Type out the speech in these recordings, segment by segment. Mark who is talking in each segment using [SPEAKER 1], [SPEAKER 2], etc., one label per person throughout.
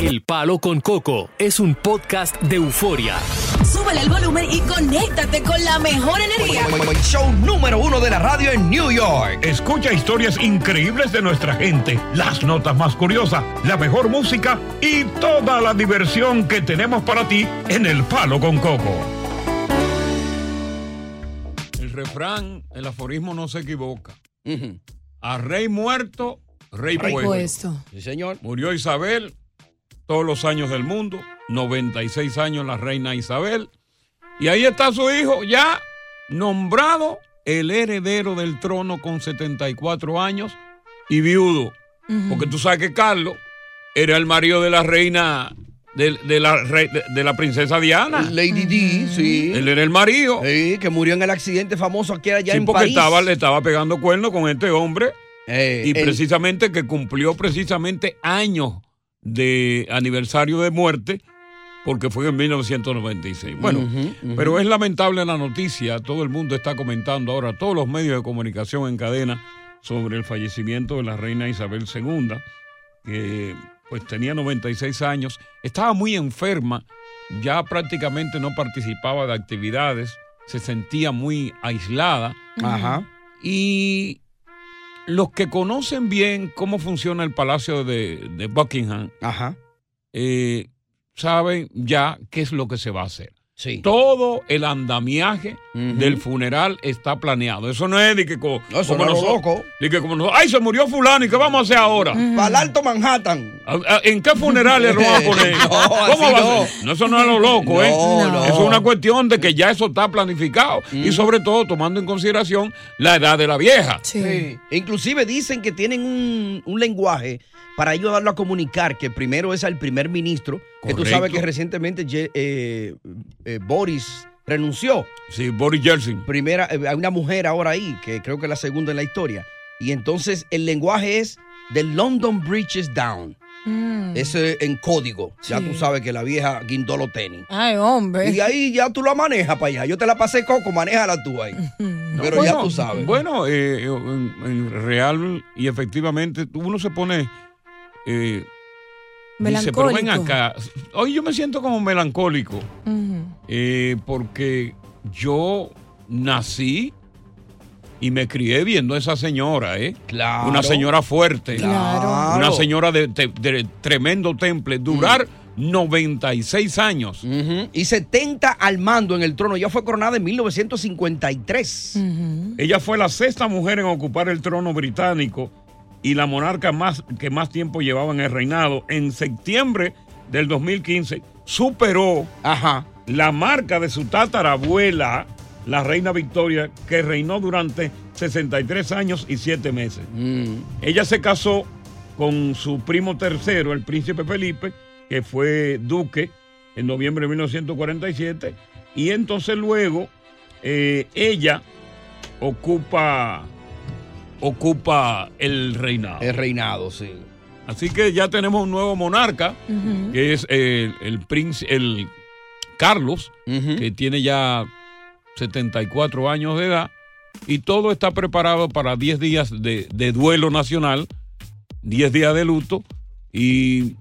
[SPEAKER 1] El Palo con Coco es un podcast de euforia.
[SPEAKER 2] Súbele el volumen y conéctate con la mejor energía.
[SPEAKER 3] Show número uno de la radio en New York.
[SPEAKER 4] Escucha historias increíbles de nuestra gente, las notas más curiosas, la mejor música y toda la diversión que tenemos para ti en El Palo con Coco.
[SPEAKER 5] El refrán, el aforismo no se equivoca. A rey muerto, rey, puesto.
[SPEAKER 3] Sí, señor.
[SPEAKER 5] Murió Isabel, todos los años del mundo, 96 años la reina Isabel. Y ahí está su hijo, ya nombrado el heredero del trono con 74 años y viudo. Porque tú sabes que Carlos era el marido de la reina, de, de la, re- de- de la princesa Diana.
[SPEAKER 3] Lady D, sí.
[SPEAKER 5] Él era el marido.
[SPEAKER 3] Sí, que murió en el accidente famoso aquí allá
[SPEAKER 5] Sí,
[SPEAKER 3] en
[SPEAKER 5] porque
[SPEAKER 3] París.
[SPEAKER 5] estaba, le estaba pegando cuerno con este hombre
[SPEAKER 3] Eh,
[SPEAKER 5] y
[SPEAKER 3] el-
[SPEAKER 5] precisamente que cumplió precisamente años de aniversario de muerte porque fue en 1996. Bueno,
[SPEAKER 3] Ujú, ujú.
[SPEAKER 5] pero es lamentable la noticia, todo el mundo está comentando ahora, todos los medios de comunicación en cadena sobre el fallecimiento de la reina Isabel II, que pues tenía 96 años, estaba muy enferma, ya prácticamente no participaba de actividades, se sentía muy aislada.
[SPEAKER 3] Ajá.
[SPEAKER 5] Y los que conocen bien cómo funciona el Palacio de, de Buckingham
[SPEAKER 3] Ajá.
[SPEAKER 5] eh, saben ya qué es lo que se va a hacer.
[SPEAKER 3] Sí.
[SPEAKER 5] Todo el andamiaje
[SPEAKER 3] Ujú.
[SPEAKER 5] del funeral está planeado. Eso no es de que co-
[SPEAKER 3] No, eso no era loco.
[SPEAKER 5] de que como nosotros, ay, se murió fulano, ¿y qué vamos a hacer ahora?
[SPEAKER 3] Para el Alto Manhattan.
[SPEAKER 5] ¿A- a- ¿En qué funeral le vamos a poner?
[SPEAKER 3] No,
[SPEAKER 5] ¿Cómo
[SPEAKER 3] así
[SPEAKER 5] va
[SPEAKER 3] no.
[SPEAKER 5] a ser? No, eso no es lo loco,
[SPEAKER 3] No,
[SPEAKER 5] ¿eh?
[SPEAKER 3] no.
[SPEAKER 5] Eso es una cuestión de que ya eso está planificado. Y sobre todo tomando en consideración la edad de la vieja.
[SPEAKER 3] Sí. Inclusive dicen que tienen un, un lenguaje para ayudarlo a comunicar, que primero es al primer ministro, que tú
[SPEAKER 5] Correcto.
[SPEAKER 3] sabes que recientemente ye- eh, eh, Boris renunció.
[SPEAKER 5] Sí, Boris Yeltsin.
[SPEAKER 3] primera, eh, hay una mujer ahora ahí, que creo que es la segunda en la historia. Y entonces el lenguaje es The London Bridge is Down.
[SPEAKER 6] Mm.
[SPEAKER 2] Mm.
[SPEAKER 3] Ese en código. Ya tú sabes que la vieja guindó los tenis.
[SPEAKER 6] Ay, hombre.
[SPEAKER 3] Y de ahí ya tú la manejas para allá. Yo te la pasé coco, manéjala tú ahí. Pero ya
[SPEAKER 5] Bueno,
[SPEAKER 3] tú sabes.
[SPEAKER 5] Bueno, eh, en, en real y efectivamente uno se pone. Eh, dice, pero ven
[SPEAKER 6] Melancólico.
[SPEAKER 5] acá. Hoy yo me siento como melancólico
[SPEAKER 6] Ujú.
[SPEAKER 5] eh, porque yo nací y me crié viendo a esa señora, ¿eh?
[SPEAKER 3] Claro.
[SPEAKER 5] Una señora fuerte.
[SPEAKER 6] Claro.
[SPEAKER 5] Una señora de, te- de tremendo temple. Durar
[SPEAKER 3] Mm.
[SPEAKER 5] 96 años.
[SPEAKER 3] Ujú. Y 70 al mando en el trono. Ya fue coronada en 1953.
[SPEAKER 6] Ujú.
[SPEAKER 5] Ella fue la sexta mujer en ocupar el trono británico y la monarca más, que más tiempo llevaba en el reinado. En septiembre del 2015 superó
[SPEAKER 3] Ajá.
[SPEAKER 5] la marca de su tatarabuela, la reina Victoria, que reinó durante 63 años y 7 meses.
[SPEAKER 3] Mm.
[SPEAKER 5] Ella se casó con su primo tercero, el príncipe Felipe, que fue duque en noviembre de 1947. Y entonces luego eh, ella ocupa, ocupa el reinado.
[SPEAKER 3] Es reinado, sí.
[SPEAKER 5] Así que ya tenemos un nuevo monarca,
[SPEAKER 6] Ujú.
[SPEAKER 5] que es eh, el, príncipe, el Carlos,
[SPEAKER 3] Ujú.
[SPEAKER 5] que tiene ya 74 años de edad, y todo está preparado para 10 días de, de duelo nacional, 10 días de luto, y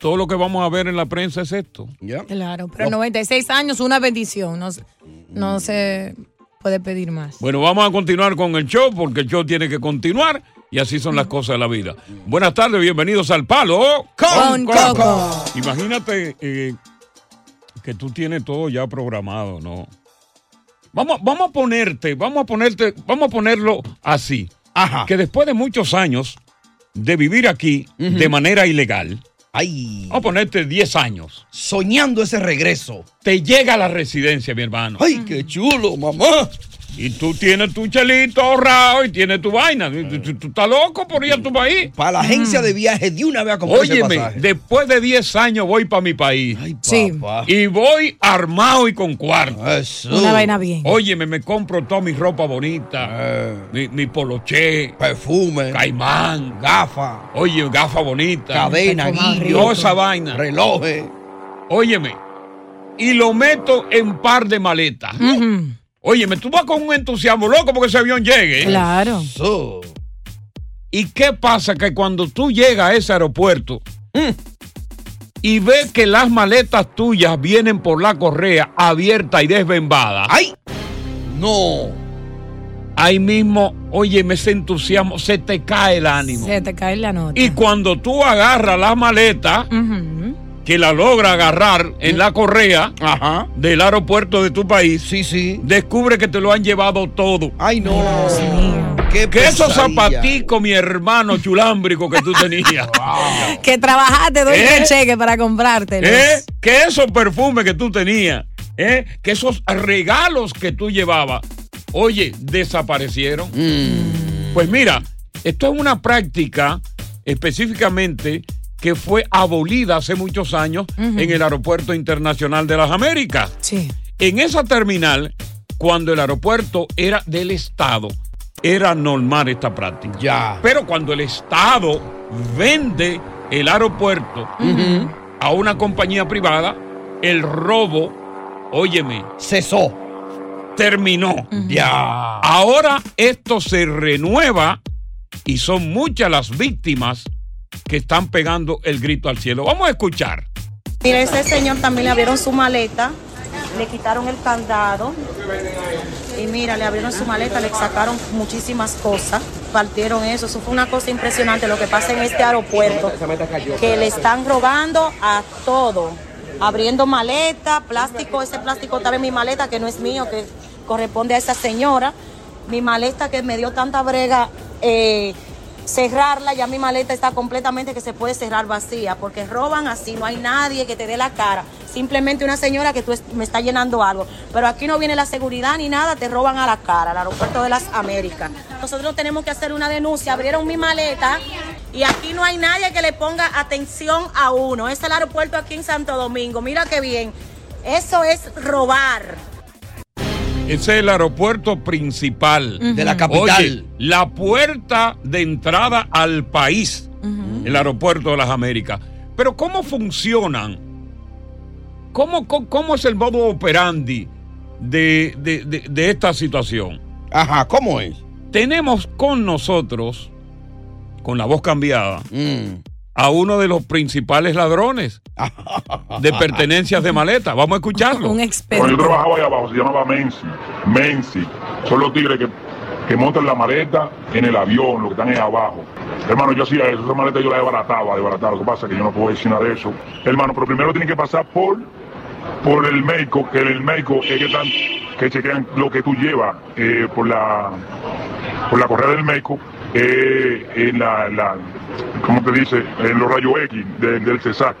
[SPEAKER 5] todo lo que vamos a ver en la prensa es esto.
[SPEAKER 3] Ya.
[SPEAKER 6] Claro, pero 96 años, una bendición. No, se- no se puede pedir más.
[SPEAKER 5] Bueno, vamos a continuar con el show, porque el show tiene que continuar, y así son las cosas de la vida. Buenas tardes, bienvenidos al Palo
[SPEAKER 6] Con Coco.
[SPEAKER 5] Imagínate eh, que tú tienes todo ya programado, ¿no? Vamos, vamos a ponerte, vamos a ponerte, vamos a ponerlo así.
[SPEAKER 3] Ajá.
[SPEAKER 5] Que después de muchos años de vivir aquí de manera ilegal,
[SPEAKER 3] Ay.
[SPEAKER 5] vamos a ponerte 10 años.
[SPEAKER 3] Soñando ese regreso.
[SPEAKER 5] Te llega a la residencia, mi hermano.
[SPEAKER 3] Ay, qué chulo, mamá.
[SPEAKER 5] Y tú tienes tu chelito ahorrado y tienes tu vaina. Tú, tú- tú estás loco por ir a tu país. Mm.
[SPEAKER 3] Para la agencia de viaje de una vez a comprar ese
[SPEAKER 5] Óyeme,
[SPEAKER 3] pasaje.
[SPEAKER 5] después de 10 años voy para mi país.
[SPEAKER 3] Ay,
[SPEAKER 6] Sí.
[SPEAKER 3] papá.
[SPEAKER 5] Y voy armado y con cuarto.
[SPEAKER 3] Eso.
[SPEAKER 6] Una vaina bien.
[SPEAKER 5] Óyeme, me compro toda mi ropa bonita. Mi, mi poloché,
[SPEAKER 3] Eh. Perfume,
[SPEAKER 5] caimán, gafas.
[SPEAKER 3] gafa,
[SPEAKER 5] Oye, gafa bonita.
[SPEAKER 3] cadena,
[SPEAKER 6] Perfumado
[SPEAKER 3] guillo,
[SPEAKER 5] Toda esa vaina.
[SPEAKER 3] relojes.
[SPEAKER 5] Óyeme. Y lo meto en par de maletas.
[SPEAKER 6] Ujú,
[SPEAKER 5] Óyeme, tú vas con un entusiasmo loco porque ese avión llegue. ¿eh?
[SPEAKER 6] Claro.
[SPEAKER 3] Eso.
[SPEAKER 5] ¿Y qué pasa? Que cuando tú llegas a ese aeropuerto mm, y ves que las maletas tuyas vienen por la correa abierta y desbembada,
[SPEAKER 3] ¡Ay! No.
[SPEAKER 5] ahí mismo, óyeme, ese entusiasmo se te cae el ánimo.
[SPEAKER 6] Se te cae la nota.
[SPEAKER 5] Y cuando tú agarras la maleta,
[SPEAKER 6] Ujú.
[SPEAKER 5] que la logra agarrar en la correa
[SPEAKER 3] Ajá.
[SPEAKER 5] del aeropuerto de tu país,
[SPEAKER 3] Sí, sí.
[SPEAKER 5] descubre que te lo han llevado todo.
[SPEAKER 3] Ay, no. Qué
[SPEAKER 5] Que esos
[SPEAKER 3] pesadilla.
[SPEAKER 5] zapaticos, mi hermano chulámbrico que tú tenías.
[SPEAKER 6] Que trabajaste doy
[SPEAKER 5] ¿Eh?
[SPEAKER 6] un cheque para comprártelos.
[SPEAKER 5] ¿Eh? Que esos perfumes que tú tenías, ¿eh? que esos regalos que tú llevabas, oye, desaparecieron. Pues mira, esto es una práctica específicamente que fue abolida hace muchos años en el Aeropuerto Internacional de las Américas.
[SPEAKER 6] Sí.
[SPEAKER 5] En esa terminal, cuando el aeropuerto era del Estado, era normal esta práctica.
[SPEAKER 3] Ya.
[SPEAKER 5] Pero cuando el Estado vende el aeropuerto a una compañía privada, el robo, óyeme,
[SPEAKER 3] Cesó.
[SPEAKER 5] terminó.
[SPEAKER 3] Ya.
[SPEAKER 5] Ahora esto se renueva y son muchas las víctimas que están pegando el grito al cielo. Vamos a escuchar.
[SPEAKER 7] Mira, ese señor también le abrieron su maleta, le quitaron el candado y mira, le abrieron su maleta, le sacaron muchísimas cosas, partieron eso, eso fue una cosa impresionante lo que pasa en este aeropuerto, que le están robando a todo, abriendo maleta, plástico, ese plástico estaba en mi maleta que no es mío, que corresponde a esa señora, mi maleta que me dio tanta brega. eh, cerrarla, ya mi maleta está completamente que se puede cerrar vacía, porque roban así, no hay nadie que te dé la cara, simplemente una señora que tú es- me está llenando algo, pero aquí no viene la seguridad ni nada, te roban a la cara, al aeropuerto de las Américas. Nosotros tenemos que hacer una denuncia, abrieron mi maleta y aquí no hay nadie que le ponga atención a uno, es el aeropuerto aquí en Santo Domingo, mira qué bien, eso es robar.
[SPEAKER 5] Ese es el aeropuerto principal.
[SPEAKER 3] De la capital.
[SPEAKER 5] Oye, la puerta de entrada al país, el aeropuerto de las Américas. Pero ¿cómo funcionan? ¿Cómo, cómo, cómo es el modo operandi de, de- de- de esta situación?
[SPEAKER 3] Ajá, ¿cómo es?
[SPEAKER 5] Tenemos con nosotros, con la voz cambiada,
[SPEAKER 3] Mm.
[SPEAKER 5] a uno de los principales ladrones de pertenencias de maleta. Vamos a escucharlo.
[SPEAKER 6] Un
[SPEAKER 8] Cuando yo
[SPEAKER 6] experto.
[SPEAKER 8] trabajaba allá abajo se llamaba Mensi. Mensi. Son los tigres que, que montan la maleta en el avión, lo que están ahí abajo. Hermano, yo hacía eso, esa maleta yo la desbarataba, desbarataba. Lo que pasa es que yo no puedo decir nada de eso. Hermano, pero primero tienen que pasar por por el médico, que el médico es que están, que chequean lo que tú llevas eh, por la por la correa del médico, eh, en la, la- ¿cómo te dice? En los rayos X de- del CESAC.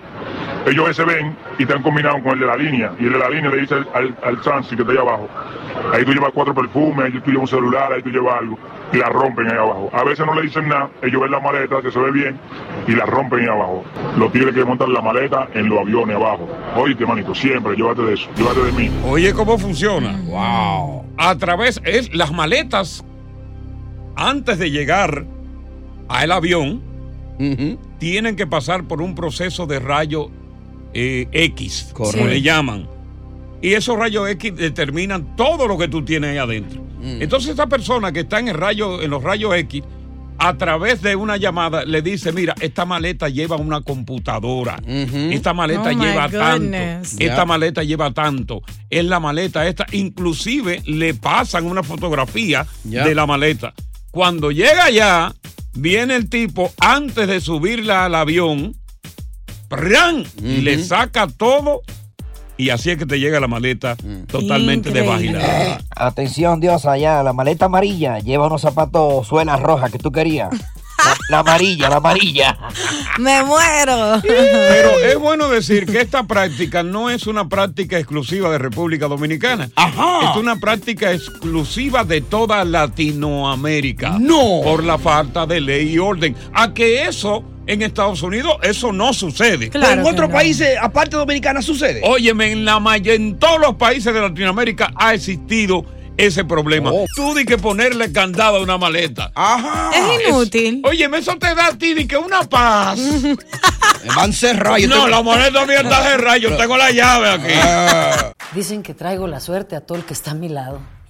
[SPEAKER 8] Ellos ese ven y están combinados con el de la línea. Y el de la línea le dice al, al, al Sansi que está ahí abajo. Ahí tú llevas cuatro perfumes, ahí tú llevas un celular, ahí tú llevas algo. Y la rompen ahí abajo. A veces no le dicen nada, ellos ven la maleta, que se ve bien, y la rompen ahí abajo. Los tigres que montan la maleta en los aviones abajo. Oíste, manito, siempre, llévate de eso, llévate de mí.
[SPEAKER 5] Oye, ¿cómo funciona?
[SPEAKER 3] Wow.
[SPEAKER 5] a través es las maletas antes de llegar al avión
[SPEAKER 3] Ujú.
[SPEAKER 5] tienen que pasar por un proceso de rayo eh, X, como
[SPEAKER 6] Correcto.
[SPEAKER 5] le llaman. Y esos rayos X determinan todo lo que tú tienes ahí adentro. Entonces esa persona que está en el rayo, en los rayos X, a través de una llamada le dice, mira, esta maleta lleva una computadora, esta maleta
[SPEAKER 6] Oh, my
[SPEAKER 5] lleva tanto,
[SPEAKER 6] goodness.
[SPEAKER 5] esta
[SPEAKER 3] Yeah.
[SPEAKER 5] maleta lleva tanto, es la maleta esta, inclusive le pasan una fotografía
[SPEAKER 3] Yeah.
[SPEAKER 5] de la maleta. Cuando llega allá, viene el tipo antes de subirla al avión, ¡pran! y le saca todo y así es que te llega la maleta totalmente
[SPEAKER 6] Increíble.
[SPEAKER 5] desvagilada.
[SPEAKER 9] Atención, Dios, allá, la maleta amarilla lleva unos zapatos suelas rojas que tú querías. La amarilla, la amarilla.
[SPEAKER 6] Me muero.
[SPEAKER 5] Pero eh. es bueno decir que esta práctica no es una práctica exclusiva de República Dominicana. Es una práctica exclusiva de toda Latinoamérica. No. Por la falta de ley y orden. A que eso en Estados Unidos, eso no sucede.
[SPEAKER 3] Pero en otros países, aparte dominicana, sucede.
[SPEAKER 5] Óyeme, en la may- en todos los países de Latinoamérica ha existido ese problema. Tú di que ponerle candado a una maleta.
[SPEAKER 3] Oh. Ajá.
[SPEAKER 5] Es inútil. óyeme, eso te da a ti di que una paz.
[SPEAKER 3] Van cerrados. yo
[SPEAKER 5] No,
[SPEAKER 3] tengo-
[SPEAKER 5] la maleta mía está cerrada. Yo tengo la llave aquí.
[SPEAKER 10] Ah. Dicen que traigo la suerte a todo el que está a mi lado.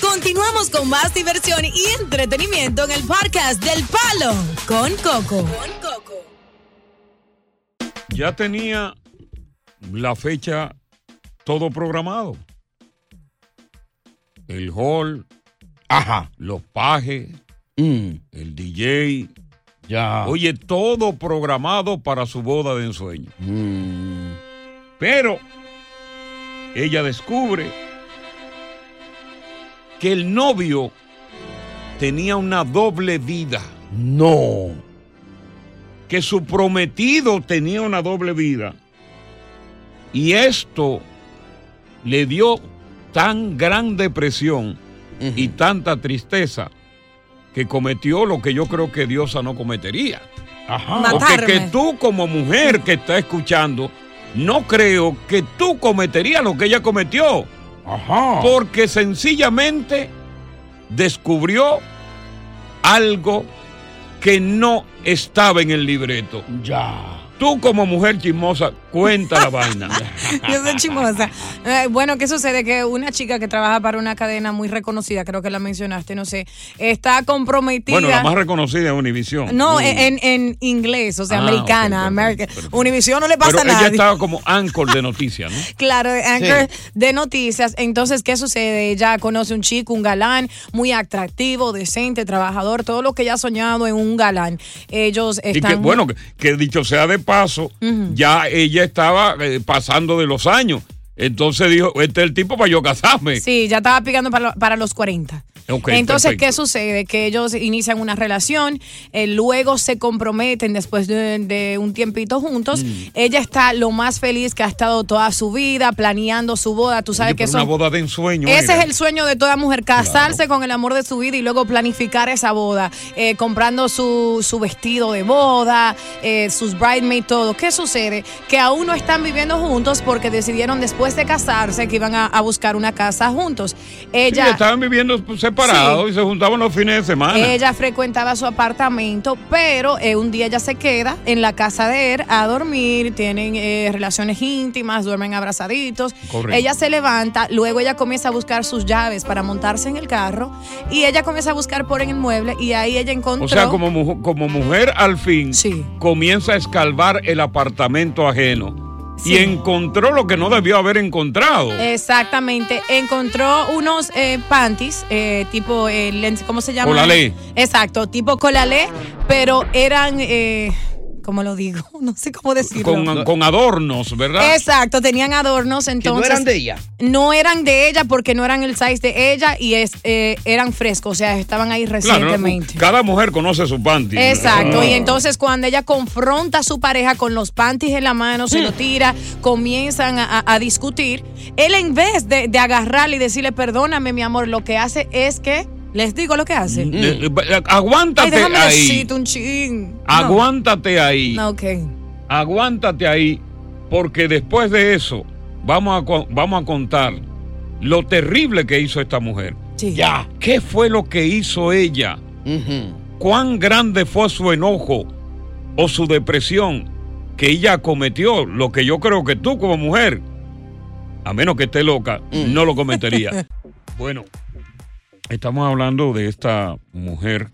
[SPEAKER 2] Continuamos con más diversión y entretenimiento en el podcast del Palo con Coco.
[SPEAKER 5] ya tenía la fecha todo programado. El hall, los pajes, el DJ.
[SPEAKER 3] Ya.
[SPEAKER 5] Oye, todo programado para su boda de ensueño. Pero ella descubre que el novio tenía una doble vida.
[SPEAKER 3] No.
[SPEAKER 5] que su prometido tenía una doble vida. Y esto le dio tan gran depresión y tanta tristeza que cometió lo que yo creo que Diosa no cometería. Ajá. Porque
[SPEAKER 11] Matarme.
[SPEAKER 5] que tú como mujer que está escuchando, no creo que tú cometerías lo que ella cometió. Ajá. Porque sencillamente descubrió algo que no estaba en el libreto. Ya. Tú como mujer chismosa, cuenta la vaina.
[SPEAKER 6] Yo soy chimosa. Eh, bueno, ¿qué sucede? Que una chica que trabaja para una cadena muy reconocida, creo que la mencionaste, no sé, está comprometida.
[SPEAKER 5] Bueno, la más reconocida es Univision.
[SPEAKER 6] no, eh, e-, en,
[SPEAKER 5] Mm.
[SPEAKER 6] en inglés, o sea,
[SPEAKER 5] Ah,
[SPEAKER 6] americana, American. Univision no le
[SPEAKER 5] Pero
[SPEAKER 6] pasa
[SPEAKER 5] ella
[SPEAKER 6] nada.
[SPEAKER 5] estaba como anchor de noticias, ¿no?
[SPEAKER 6] Claro, de anchor de noticias. Entonces, ¿qué sucede? Ella conoce un chico, un galán, muy atractivo, decente, trabajador, todo lo que ella ha soñado en un galán. Ellos
[SPEAKER 5] Y
[SPEAKER 6] están.
[SPEAKER 5] que, bueno, que, que dicho sea de paso,
[SPEAKER 6] Ujú.
[SPEAKER 5] ya ella estaba eh, pasando de los años. Entonces dijo, este es el tipo para yo casarme.
[SPEAKER 6] Sí, ya estaba picando para, lo- para los 40.
[SPEAKER 5] Ok,
[SPEAKER 6] Entonces,
[SPEAKER 5] perfecto.
[SPEAKER 6] ¿qué sucede? Que ellos inician una relación, eh, luego se comprometen después de, de un tiempito juntos.
[SPEAKER 5] Mm.
[SPEAKER 6] Ella está lo más feliz que ha estado toda su vida, planeando su boda. Tú sabes
[SPEAKER 5] Oye,
[SPEAKER 6] que
[SPEAKER 5] pero una
[SPEAKER 6] son
[SPEAKER 5] boda de ensueño.
[SPEAKER 6] Ese
[SPEAKER 5] mira.
[SPEAKER 6] es el sueño de toda mujer, casarse con el amor de su vida y luego planificar esa boda, eh, comprando su, su vestido de boda, eh, sus bridesmaids, todo. ¿Qué sucede? Que aún no están viviendo juntos porque decidieron después de casarse que iban a, a buscar una casa juntos.
[SPEAKER 5] Sí,
[SPEAKER 6] Ella,
[SPEAKER 5] estaban viviendo separados y se juntaban los fines de semana.
[SPEAKER 6] ella frecuentaba su apartamento, pero eh, un día ella se queda en la casa de él a dormir, tienen eh, relaciones íntimas, duermen abrazaditos.
[SPEAKER 12] Correcto.
[SPEAKER 6] Ella se levanta, luego ella comienza a buscar sus llaves para montarse en el carro y ella comienza a buscar por en el mueble y ahí ella encontró...
[SPEAKER 5] O sea, como, mujer, como mujer al fin comienza a escalvar el apartamento ajeno
[SPEAKER 6] Sí. Eh,
[SPEAKER 5] y encontró lo que no debió haber encontrado.
[SPEAKER 6] Exactamente, encontró unos eh, panties, eh, tipo, eh, lens- ¿cómo se llama?
[SPEAKER 5] Colalé.
[SPEAKER 6] Exacto, tipo colalé, pero eran, eh, ¿cómo lo digo? No sé cómo decirlo.
[SPEAKER 5] con, con adornos, ¿verdad?
[SPEAKER 6] Exacto, tenían adornos,
[SPEAKER 3] Que no
[SPEAKER 6] entonces.
[SPEAKER 3] eran de ella.
[SPEAKER 6] No eran de ella porque no eran el size de ella y es, eh, eran frescos, o sea, estaban ahí
[SPEAKER 5] Claro, ¿no?
[SPEAKER 6] recientemente.
[SPEAKER 5] cada mujer conoce su panty.
[SPEAKER 6] Exacto,
[SPEAKER 5] Ah.
[SPEAKER 6] y entonces cuando ella confronta a su pareja con los panties en la mano, se lo tira, comienzan a, a- a discutir, él en vez de, de agarrarle y decirle, perdóname mi amor, lo que hace es que, les digo lo que hace.
[SPEAKER 5] Eh, eh, Aguántate
[SPEAKER 6] Ay, déjame
[SPEAKER 5] ahí.
[SPEAKER 6] decirte un chin. No.
[SPEAKER 5] Aguántate ahí.
[SPEAKER 6] No, ok.
[SPEAKER 5] Aguántate ahí, porque después de eso vamos a, co- vamos a contar lo terrible que hizo esta mujer. Ya, ¿qué fue lo que hizo ella? ¿Cuán grande fue su enojo o su depresión que ella cometió? Lo que yo creo que tú como mujer, a menos que esté loca, no lo cometería. bueno, estamos hablando de esta mujer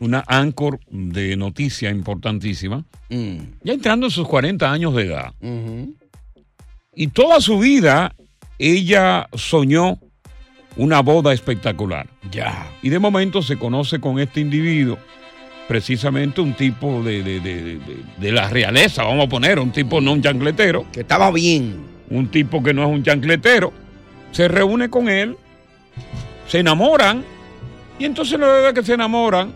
[SPEAKER 5] una anchor de noticia importantísima,
[SPEAKER 6] Mm.
[SPEAKER 5] ya entrando en sus 40 años de edad. Y toda su vida ella soñó una boda espectacular.
[SPEAKER 3] Ya.
[SPEAKER 5] Y de momento se conoce con este individuo, precisamente un tipo de, de- de- de- de- de la realeza, vamos a poner, un tipo no un chancletero.
[SPEAKER 3] Que estaba bien.
[SPEAKER 5] Un tipo que no es un chancletero. Se reúne con él, se enamoran, y entonces luego de que se enamoran,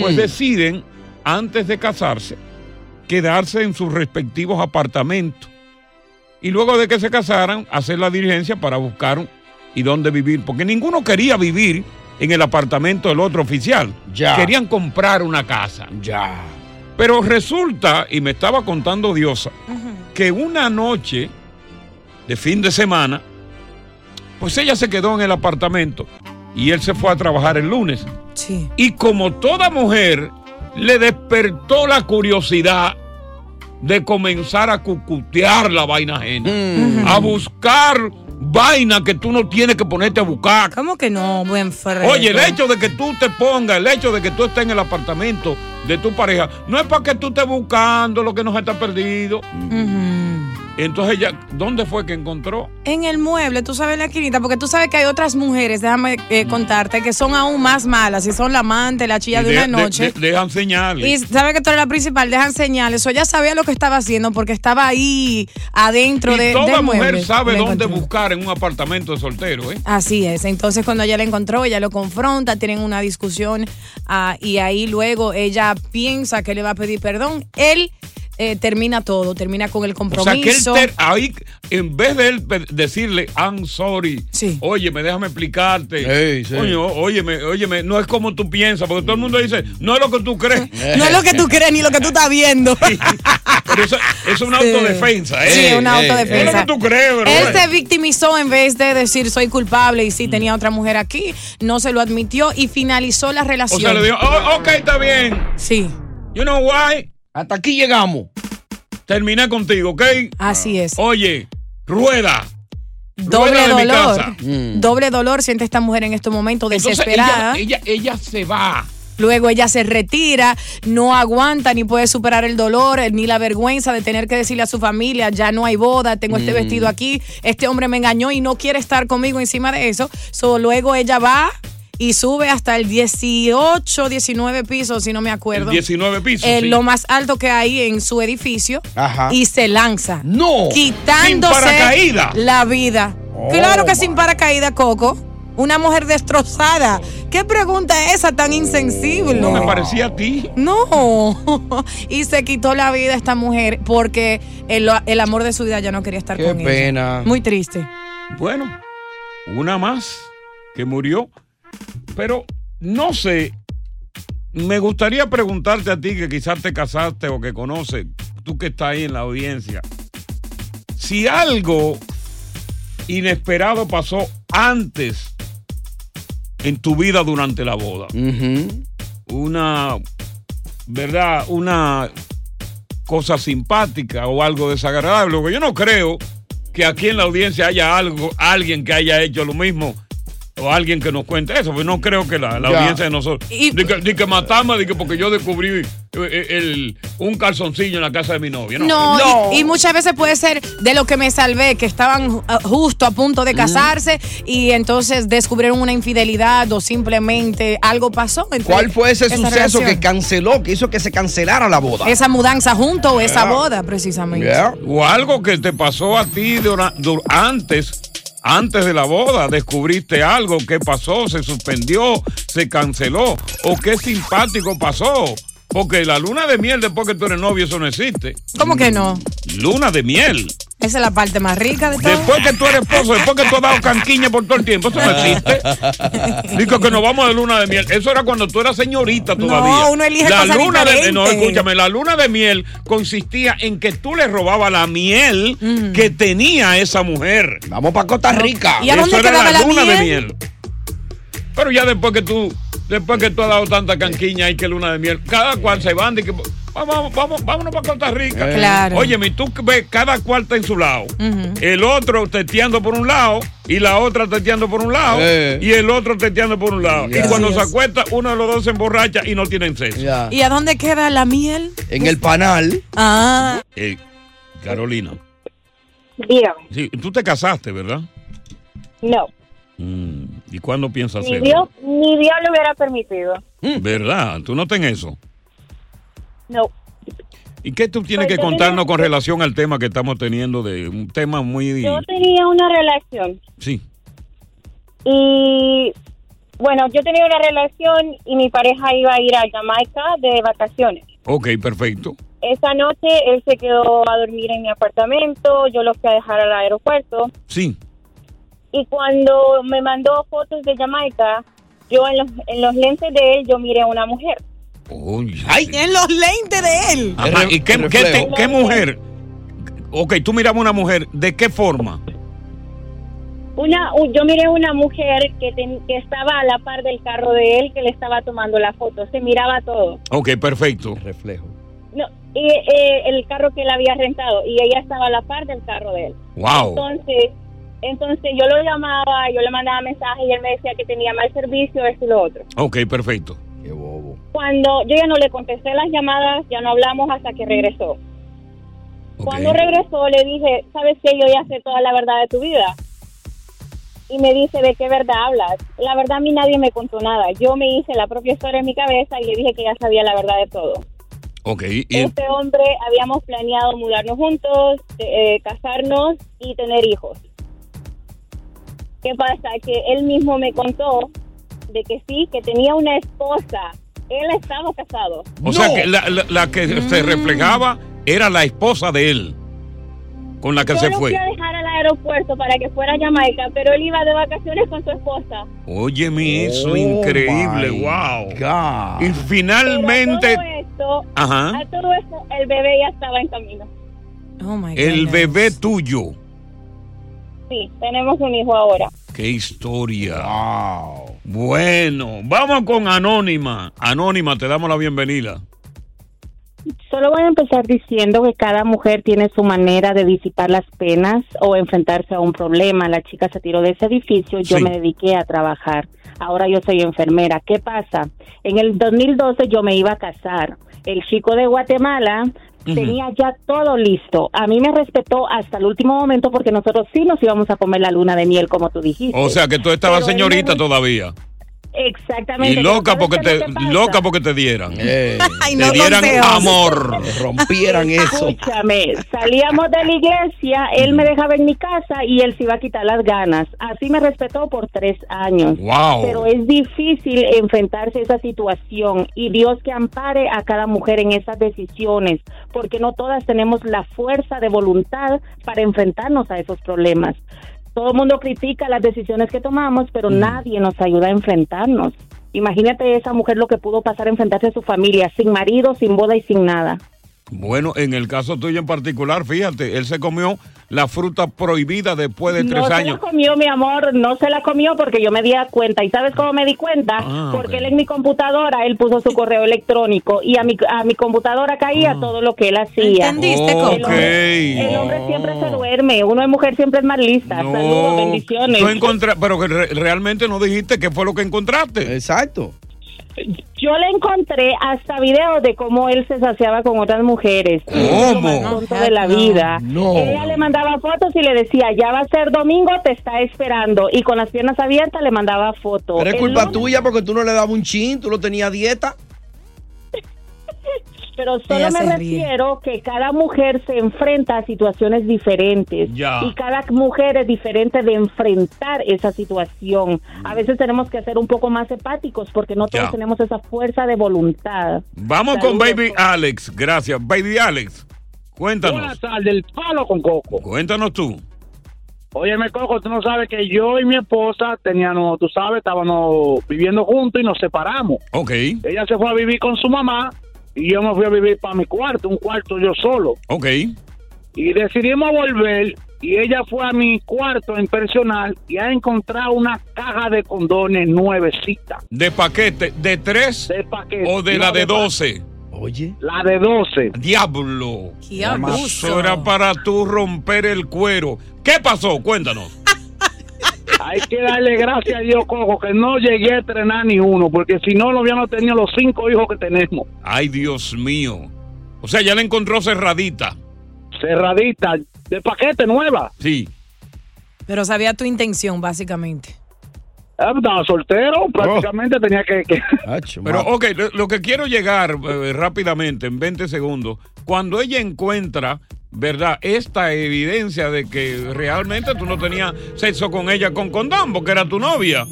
[SPEAKER 5] pues
[SPEAKER 3] Mm.
[SPEAKER 5] deciden, antes de casarse, quedarse en sus respectivos apartamentos. Y luego de que se casaran, hacer la diligencia para buscar un- y dónde vivir. Porque ninguno quería vivir en el apartamento del otro oficial.
[SPEAKER 3] Ya.
[SPEAKER 5] Querían comprar una casa.
[SPEAKER 3] Ya.
[SPEAKER 5] Pero resulta, y me estaba contando Diosa, que una noche de fin de semana, pues ella se quedó en el apartamento y él se fue a trabajar el lunes.
[SPEAKER 6] Sí.
[SPEAKER 5] Y como toda mujer, le despertó la curiosidad de comenzar a cucutear la vaina ajena, a buscar vaina que tú no tienes que ponerte a buscar.
[SPEAKER 2] ¿Cómo que no, buen Ferrer?
[SPEAKER 5] Oye, el hecho de que tú te pongas, el hecho de que tú estés en el apartamento de tu pareja, no es para que tú estés buscando lo que nos está perdido. Entonces ella, ¿dónde fue que encontró?
[SPEAKER 6] En el mueble, tú sabes la quinita, porque tú sabes que hay otras mujeres, déjame eh, contarte, que son aún más malas y son la amante, la chilla
[SPEAKER 5] Y
[SPEAKER 6] de,
[SPEAKER 5] de-
[SPEAKER 6] una noche.
[SPEAKER 5] de- de- dejan señales.
[SPEAKER 6] y sabe que tú eres la principal, dejan señales. O ella sabía lo que estaba haciendo porque estaba ahí adentro
[SPEAKER 5] Y
[SPEAKER 6] de,
[SPEAKER 5] toda
[SPEAKER 6] del
[SPEAKER 5] mujer
[SPEAKER 6] mueble.
[SPEAKER 5] sabe
[SPEAKER 6] Le
[SPEAKER 5] dónde
[SPEAKER 6] encontró.
[SPEAKER 5] buscar en un apartamento de soltero, ¿eh?
[SPEAKER 6] Así es. Entonces, cuando ella la encontró, ella lo confronta, tienen una discusión ah, y ahí luego ella piensa que le va a pedir perdón. Él eh, termina todo, termina con el
[SPEAKER 5] O sea, que él
[SPEAKER 6] compromiso.
[SPEAKER 5] ter- ahí, en vez de él pe- decirle, I'm sorry, oye, me déjame explicarte. Coño, óyeme, óyeme, no es como tú piensas, porque todo el mundo dice, no es lo que tú crees.
[SPEAKER 6] no es lo que tú crees ni lo que tú estás viendo.
[SPEAKER 5] Pero eso, eso es una
[SPEAKER 6] Sí.
[SPEAKER 5] autodefensa, ¿eh?
[SPEAKER 6] Sí, es una
[SPEAKER 5] Eh,
[SPEAKER 6] autodefensa.
[SPEAKER 5] Es lo que tú crees, bro.
[SPEAKER 6] Él se victimizó en vez de decir soy culpable y
[SPEAKER 5] Mm.
[SPEAKER 6] sí tenía otra mujer aquí, no se lo admitió y finalizó la
[SPEAKER 5] O
[SPEAKER 6] relación.
[SPEAKER 5] sea, le dijo, "Oh, ok, está bien.
[SPEAKER 6] Ah, Sí.
[SPEAKER 5] You know why?
[SPEAKER 3] Hasta aquí llegamos.
[SPEAKER 5] Terminé contigo, ¿ok?
[SPEAKER 6] Así es.
[SPEAKER 5] Oye, rueda.
[SPEAKER 6] Doble
[SPEAKER 5] rueda de mi
[SPEAKER 6] dolor.
[SPEAKER 5] casa.
[SPEAKER 6] Doble dolor siente esta mujer en este momento
[SPEAKER 5] Entonces,
[SPEAKER 6] desesperada.
[SPEAKER 5] ella, ella, ella se va.
[SPEAKER 6] Luego ella se retira, no aguanta ni puede superar el dolor eh, ni la vergüenza de tener que decirle a su familia, ya no hay boda, tengo este
[SPEAKER 9] Mm.
[SPEAKER 6] vestido aquí, este hombre me engañó y no quiere estar conmigo encima de eso. So, luego ella va y sube hasta el 18, 19 pisos, si no me acuerdo.
[SPEAKER 5] El 19 pisos,
[SPEAKER 6] Eh,
[SPEAKER 5] sí.
[SPEAKER 6] Lo más alto que hay en su edificio.
[SPEAKER 5] Ajá.
[SPEAKER 6] Y se lanza.
[SPEAKER 3] No.
[SPEAKER 6] Quitándose
[SPEAKER 5] Sin paracaídas.
[SPEAKER 6] la vida.
[SPEAKER 5] Oh,
[SPEAKER 6] claro que sin paracaídas, Coco. Una mujer destrozada. ¿Qué pregunta es esa tan insensible?
[SPEAKER 5] No me parecía a ti.
[SPEAKER 6] No. y se quitó la vida esta mujer porque el, el amor de su vida ya no quería estar
[SPEAKER 3] Qué
[SPEAKER 6] con ella.
[SPEAKER 3] pena.
[SPEAKER 6] Muy triste.
[SPEAKER 5] Bueno, una más que murió. Pero no sé, me gustaría preguntarte a ti que quizás te casaste o que conoces, tú que estás ahí en la audiencia, si algo inesperado pasó antes en tu vida durante la boda. Una, ¿verdad? Una cosa simpática o algo desagradable. porque Yo no creo que aquí en la audiencia haya algo, alguien que haya hecho lo mismo o alguien que nos cuente eso. Pues no creo que la, la
[SPEAKER 11] Ya.
[SPEAKER 5] audiencia de nosotros. Ni que, di que matamos, di que porque yo descubrí eh, eh, el- un calzoncillo en la casa de mi novia. No,
[SPEAKER 6] No, Y, y muchas veces puede ser de lo que me salvé, que estaban ju- ah, justo a punto de casarse y entonces descubrieron una infidelidad o simplemente algo pasó. entre
[SPEAKER 3] ¿Cuál fue ese
[SPEAKER 6] esa
[SPEAKER 3] suceso que
[SPEAKER 6] relación.
[SPEAKER 3] canceló, que hizo que se cancelara la boda?
[SPEAKER 6] Esa mudanza junto o esa
[SPEAKER 5] Yeah.
[SPEAKER 6] boda, precisamente.
[SPEAKER 5] O algo que te pasó a ti dura- dur- antes, antes de la boda, descubriste algo, qué pasó, se suspendió, se canceló, o qué simpático pasó. Porque la luna de miel después que tú eres novio, eso no existe.
[SPEAKER 6] ¿Cómo que no?
[SPEAKER 5] Luna de miel.
[SPEAKER 6] Esa es la parte más rica de todo.
[SPEAKER 5] Después que tú eres esposo, después que tú has dado canquiña por todo el tiempo, eso no
[SPEAKER 6] Ah.
[SPEAKER 5] existe. Digo que nos vamos de luna de miel. Eso era cuando tú eras señorita todavía.
[SPEAKER 6] uno elige
[SPEAKER 5] la
[SPEAKER 6] cosas
[SPEAKER 5] luna de,
[SPEAKER 6] diferentes.
[SPEAKER 5] No, escúchame, la luna de miel consistía en que tú le robabas la miel que tenía esa mujer.
[SPEAKER 3] Vamos para Costa Rica.
[SPEAKER 5] eso era la, luna de miel. Pero ya después que tú, después que tú has dado tanta canquiña y que luna de miel, cada cual se van de que vamos, vamos, vámonos para Costa Rica.
[SPEAKER 9] Eh. Claro.
[SPEAKER 5] Óyeme, y tú ves, cada cual está en su lado.
[SPEAKER 9] Ujú.
[SPEAKER 5] El otro teteando por un lado y la otra teteando por un lado
[SPEAKER 3] Eh.
[SPEAKER 5] y el otro teteando por un lado.
[SPEAKER 3] Ya.
[SPEAKER 5] Y cuando
[SPEAKER 3] Así
[SPEAKER 5] se
[SPEAKER 3] es.
[SPEAKER 5] acuesta, uno de los dos se emborracha y no tienen sexo.
[SPEAKER 2] ¿Y a dónde queda la miel?
[SPEAKER 3] En el panal.
[SPEAKER 2] Ah.
[SPEAKER 5] Eh, Carolina,
[SPEAKER 11] Dígame,
[SPEAKER 5] sí, tú te casaste, ¿verdad?
[SPEAKER 11] no,
[SPEAKER 5] Mm, ¿Y cuándo piensas
[SPEAKER 11] ni
[SPEAKER 5] hacerlo?
[SPEAKER 11] Dios, ni Dios lo hubiera permitido.
[SPEAKER 5] ¿Verdad? ¿Tú no ten eso?
[SPEAKER 11] No,
[SPEAKER 5] ¿Y qué tú tienes
[SPEAKER 11] Pues
[SPEAKER 5] que
[SPEAKER 11] yo
[SPEAKER 5] contarnos con relación al tema que estamos teniendo de un tema muy...
[SPEAKER 11] yo tenía una relación
[SPEAKER 5] Sí.
[SPEAKER 11] y, bueno, yo tenía una relación y mi pareja iba a ir a Jamaica de vacaciones.
[SPEAKER 5] Ok, perfecto.
[SPEAKER 11] Esa noche él se quedó a dormir en mi apartamento, yo lo fui a dejar al aeropuerto
[SPEAKER 5] Sí.
[SPEAKER 11] y cuando me mandó fotos de Jamaica, yo en los, en los lentes de él, yo miré a una mujer.
[SPEAKER 5] ¡Ay!
[SPEAKER 2] En los lentes de él.
[SPEAKER 11] Ah,
[SPEAKER 5] Ajá, ¿Y qué, qué te- qué mujer? Ok, tú miramos una mujer, ¿de qué forma?
[SPEAKER 11] Una, u- yo miré una mujer que, ten- que estaba a la par del carro de él, que le estaba tomando la foto, se miraba todo.
[SPEAKER 5] Ok, perfecto. Reflejo.
[SPEAKER 11] No, y eh, el carro que él había rentado y ella estaba a la par del carro de él.
[SPEAKER 5] Wow.
[SPEAKER 11] Entonces, entonces yo lo llamaba, yo le mandaba mensajes y él me decía que tenía mal servicio, esto y lo otro.
[SPEAKER 5] Ok, perfecto.
[SPEAKER 11] Cuando yo ya no le contesté las llamadas, ya no hablamos hasta que regresó. Cuando regresó le dije, ¿sabes qué? Yo ya sé toda la verdad de tu vida. Y me dice, ¿de qué verdad hablas? La verdad a mí nadie me contó nada. Yo me hice la propia historia en mi cabeza y le dije que ya sabía la verdad de todo.
[SPEAKER 5] Ok, y
[SPEAKER 11] Este hombre habíamos planeado mudarnos juntos, eh, casarnos y tener hijos. ¿Qué pasa? Que él mismo me contó de que sí, que tenía una esposa. Él estaba casado.
[SPEAKER 5] o sea que la, la- la que
[SPEAKER 11] Mm.
[SPEAKER 5] se reflejaba era la esposa de él, con la que
[SPEAKER 11] Yo
[SPEAKER 5] se
[SPEAKER 11] lo
[SPEAKER 5] fue.
[SPEAKER 11] fui a dejar al aeropuerto para que fuera a Jamaica, pero él iba de vacaciones con su esposa.
[SPEAKER 5] Óyeme eso, increíble, wow. Y finalmente
[SPEAKER 11] Todo esto,
[SPEAKER 5] Ajá.
[SPEAKER 11] a todo esto, el bebé ya estaba en camino.
[SPEAKER 2] Oh my
[SPEAKER 5] el bebé tuyo.
[SPEAKER 11] Sí, tenemos un hijo ahora.
[SPEAKER 5] ¡Qué historia! Bueno, vamos con Anónima. Anónima, te damos la bienvenida.
[SPEAKER 12] Solo voy a empezar diciendo que cada mujer tiene su manera de disipar las penas o enfrentarse a un problema. La chica se tiró de ese edificio, yo
[SPEAKER 13] Sí.
[SPEAKER 12] me dediqué a trabajar. Ahora yo soy enfermera. ¿Qué pasa? En el 2012 yo me iba a casar. El chico de Guatemala
[SPEAKER 13] Ujú.
[SPEAKER 12] tenía ya todo listo. A mí me respetó hasta el último momento porque nosotros sí nos íbamos a comer la luna de miel, como tú dijiste.
[SPEAKER 13] Oh,
[SPEAKER 5] O sea que tú estabas señorita todavía. Y
[SPEAKER 12] Exactamente.
[SPEAKER 5] loca
[SPEAKER 12] Pero ¿sabes
[SPEAKER 5] porque
[SPEAKER 12] qué es
[SPEAKER 5] te,
[SPEAKER 12] lo que pasa?
[SPEAKER 5] loca porque te dieran.
[SPEAKER 12] Ay,
[SPEAKER 5] te
[SPEAKER 12] no
[SPEAKER 5] dieran
[SPEAKER 12] consejos.
[SPEAKER 5] amor. rompieran
[SPEAKER 12] Escúchame, salíamos de la iglesia, él me dejaba en mi casa y él se iba a quitar las ganas. Así me respetó por tres años.
[SPEAKER 13] Wow.
[SPEAKER 12] Pero es difícil enfrentarse a esa situación y Dios que ampare a cada mujer en esas decisiones, porque no todas tenemos la fuerza de voluntad para enfrentarnos a esos problemas. Todo el mundo critica las decisiones que tomamos, pero nadie nos ayuda a enfrentarnos. Imagínate esa mujer lo que pudo pasar a enfrentarse a su familia, sin marido, sin boda y sin nada.
[SPEAKER 5] Bueno, en el caso tuyo en particular, fíjate, él se comió la fruta prohibida después de tres
[SPEAKER 12] no
[SPEAKER 5] años.
[SPEAKER 12] se la comió, mi amor, no se la comió porque yo me di a cuenta. ¿Y sabes cómo me di cuenta?
[SPEAKER 5] Ah,
[SPEAKER 12] porque él en mi computadora, él puso su correo electrónico y a mi, a mi computadora caía todo lo que él hacía.
[SPEAKER 5] ¿Entendiste,
[SPEAKER 12] El
[SPEAKER 5] Coco?
[SPEAKER 12] hombre, el hombre siempre se duerme, uno de mujer siempre es más lista. Saludos, bendiciones.
[SPEAKER 5] Tú encontra- Oh. pero que re- realmente no dijiste qué fue lo que encontraste.
[SPEAKER 3] Exacto.
[SPEAKER 12] Yo le encontré hasta videos de cómo él se saciaba con otras mujeres. ¿Cómo? de la vida. Ella le mandaba fotos y le decía, ya va a ser domingo, te está esperando. Y con las piernas abiertas le mandaba fotos.
[SPEAKER 3] Pero es
[SPEAKER 12] El
[SPEAKER 3] culpa
[SPEAKER 12] lunes-
[SPEAKER 3] tuya porque tú no le dabas un chin, tú lo tenías a dieta.
[SPEAKER 12] Pero solo
[SPEAKER 3] Ella
[SPEAKER 12] me
[SPEAKER 3] se ríe.
[SPEAKER 12] refiero que cada mujer se enfrenta a situaciones diferentes
[SPEAKER 13] Ya.
[SPEAKER 12] y cada mujer es diferente de enfrentar esa situación. A veces tenemos que ser un poco más hepáticos porque no todos
[SPEAKER 5] Mm. Ya.
[SPEAKER 12] tenemos esa fuerza de voluntad.
[SPEAKER 5] Vamos con Baby Alex. Gracias. Baby Alex, cuéntanos.
[SPEAKER 14] pues. Buenas tardes, el palo con coco.
[SPEAKER 5] Cuéntanos tú.
[SPEAKER 14] Óyeme, Coco, tú no sabes que yo y mi esposa teníamos, tú sabes, estábamos viviendo juntos y nos separamos.
[SPEAKER 5] Ok.
[SPEAKER 14] Ella se fue a vivir con su mamá y yo me fui a vivir para mi cuarto, un cuarto yo solo.
[SPEAKER 5] Ok.
[SPEAKER 14] Y decidimos volver y ella fue a mi cuarto en personal y ha encontrado una caja de condones nuevecita.
[SPEAKER 5] ¿De paquete? ¿De tres?
[SPEAKER 14] ¿De paquete?
[SPEAKER 5] ¿O
[SPEAKER 14] No,
[SPEAKER 5] de la de
[SPEAKER 14] de pa-
[SPEAKER 5] doce?
[SPEAKER 3] Oye.
[SPEAKER 14] La de 12.
[SPEAKER 5] Diablo.
[SPEAKER 14] Qué abuso.
[SPEAKER 5] Eso era para tú romper el cuero. ¿Qué pasó? Cuéntanos.
[SPEAKER 14] Hay que darle gracias a Dios, Coco, que no llegué a entrenar ni uno, porque si no, no hubiéramos tenido los cinco hijos que tenemos.
[SPEAKER 5] Ay, Dios mío. O sea, ya la encontró cerradita.
[SPEAKER 14] Cerradita, de paquete nueva.
[SPEAKER 5] Sí.
[SPEAKER 6] Pero sabía tu intención, básicamente.
[SPEAKER 14] Ah, Estaba soltero, prácticamente tenía que... que-
[SPEAKER 5] Pero, ok, lo, lo que quiero llegar eh, rápidamente, en 20 segundos, cuando ella encuentra, ¿verdad? Esta evidencia de que realmente tú no tenías sexo con ella con condón, porque era tu novia.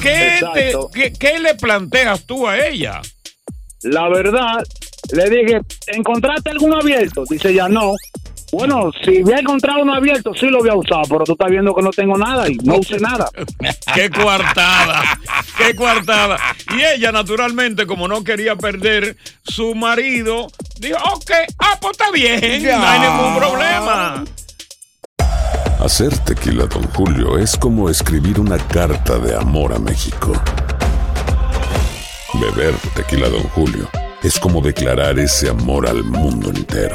[SPEAKER 5] ¿Qué, te-
[SPEAKER 14] Exacto.
[SPEAKER 5] qué- qué le planteas tú a ella?
[SPEAKER 14] La verdad, le dije, ¿encontraste alguno abierto? Dice ya no. Bueno, si había encontrado uno abierto, sí lo había usado, pero tú estás viendo que no tengo nada y no usé nada.
[SPEAKER 5] ¡Qué coartada! ¡Qué coartada! Y ella, naturalmente, como no quería perder su marido, dijo, ok, ah, pues está bien, no hay ningún problema.
[SPEAKER 9] Hacer tequila, Don Julio, es como escribir una carta de amor a México. Beber tequila, Don Julio, es como declarar ese amor al mundo entero.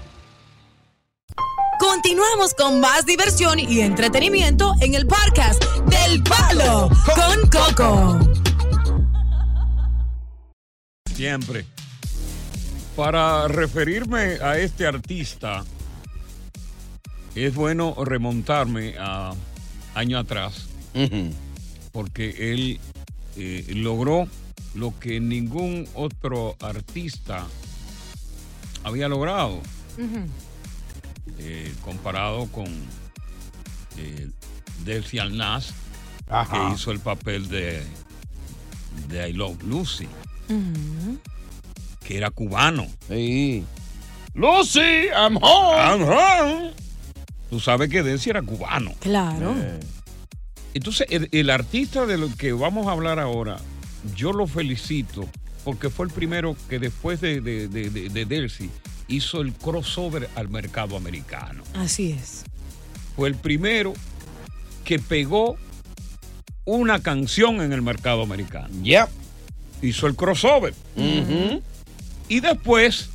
[SPEAKER 2] Continuamos con más diversión y entretenimiento en el podcast del Palo con Coco.
[SPEAKER 5] Siempre. Para referirme a este artista, es bueno remontarme a año atrás, porque él eh, logró lo que ningún otro artista había logrado, eh, comparado con eh, Delcy Alnaz, que hizo el papel de, de I Love Lucy que era cubano. Sí. Lucy, I'm home. I'm home. Tú sabes que Desi era cubano.
[SPEAKER 2] Claro.
[SPEAKER 5] Eh. Entonces, el, el artista de lo que vamos a hablar ahora, yo lo felicito porque fue el primero que después de, de, de- de- de Delcy hizo el crossover al mercado americano.
[SPEAKER 6] Así es.
[SPEAKER 5] Fue el primero que pegó una canción en el mercado americano.
[SPEAKER 3] Yep.
[SPEAKER 5] Hizo el crossover. Y después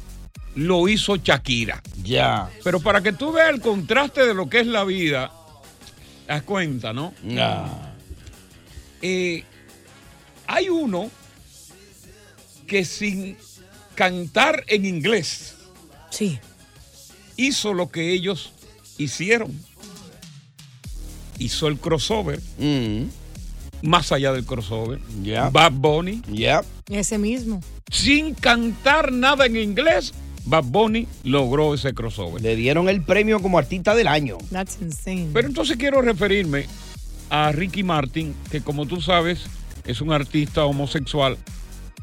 [SPEAKER 5] lo hizo Shakira.
[SPEAKER 3] Ya.
[SPEAKER 5] Pero para que tú veas el contraste de lo que es la vida, te das cuenta, ¿no?
[SPEAKER 3] Ya.
[SPEAKER 5] Eh, hay uno que sin cantar en inglés,
[SPEAKER 6] sí.
[SPEAKER 5] hizo lo que ellos hicieron. Hizo el crossover. Más allá del crossover. Bad Bunny.
[SPEAKER 6] Ese mismo.
[SPEAKER 5] Sin cantar nada en inglés, Bad Bunny logró ese crossover.
[SPEAKER 3] Le dieron el premio como artista del año.
[SPEAKER 6] That's insane.
[SPEAKER 5] Pero entonces quiero referirme a Ricky Martin, que como tú sabes, es un artista homosexual,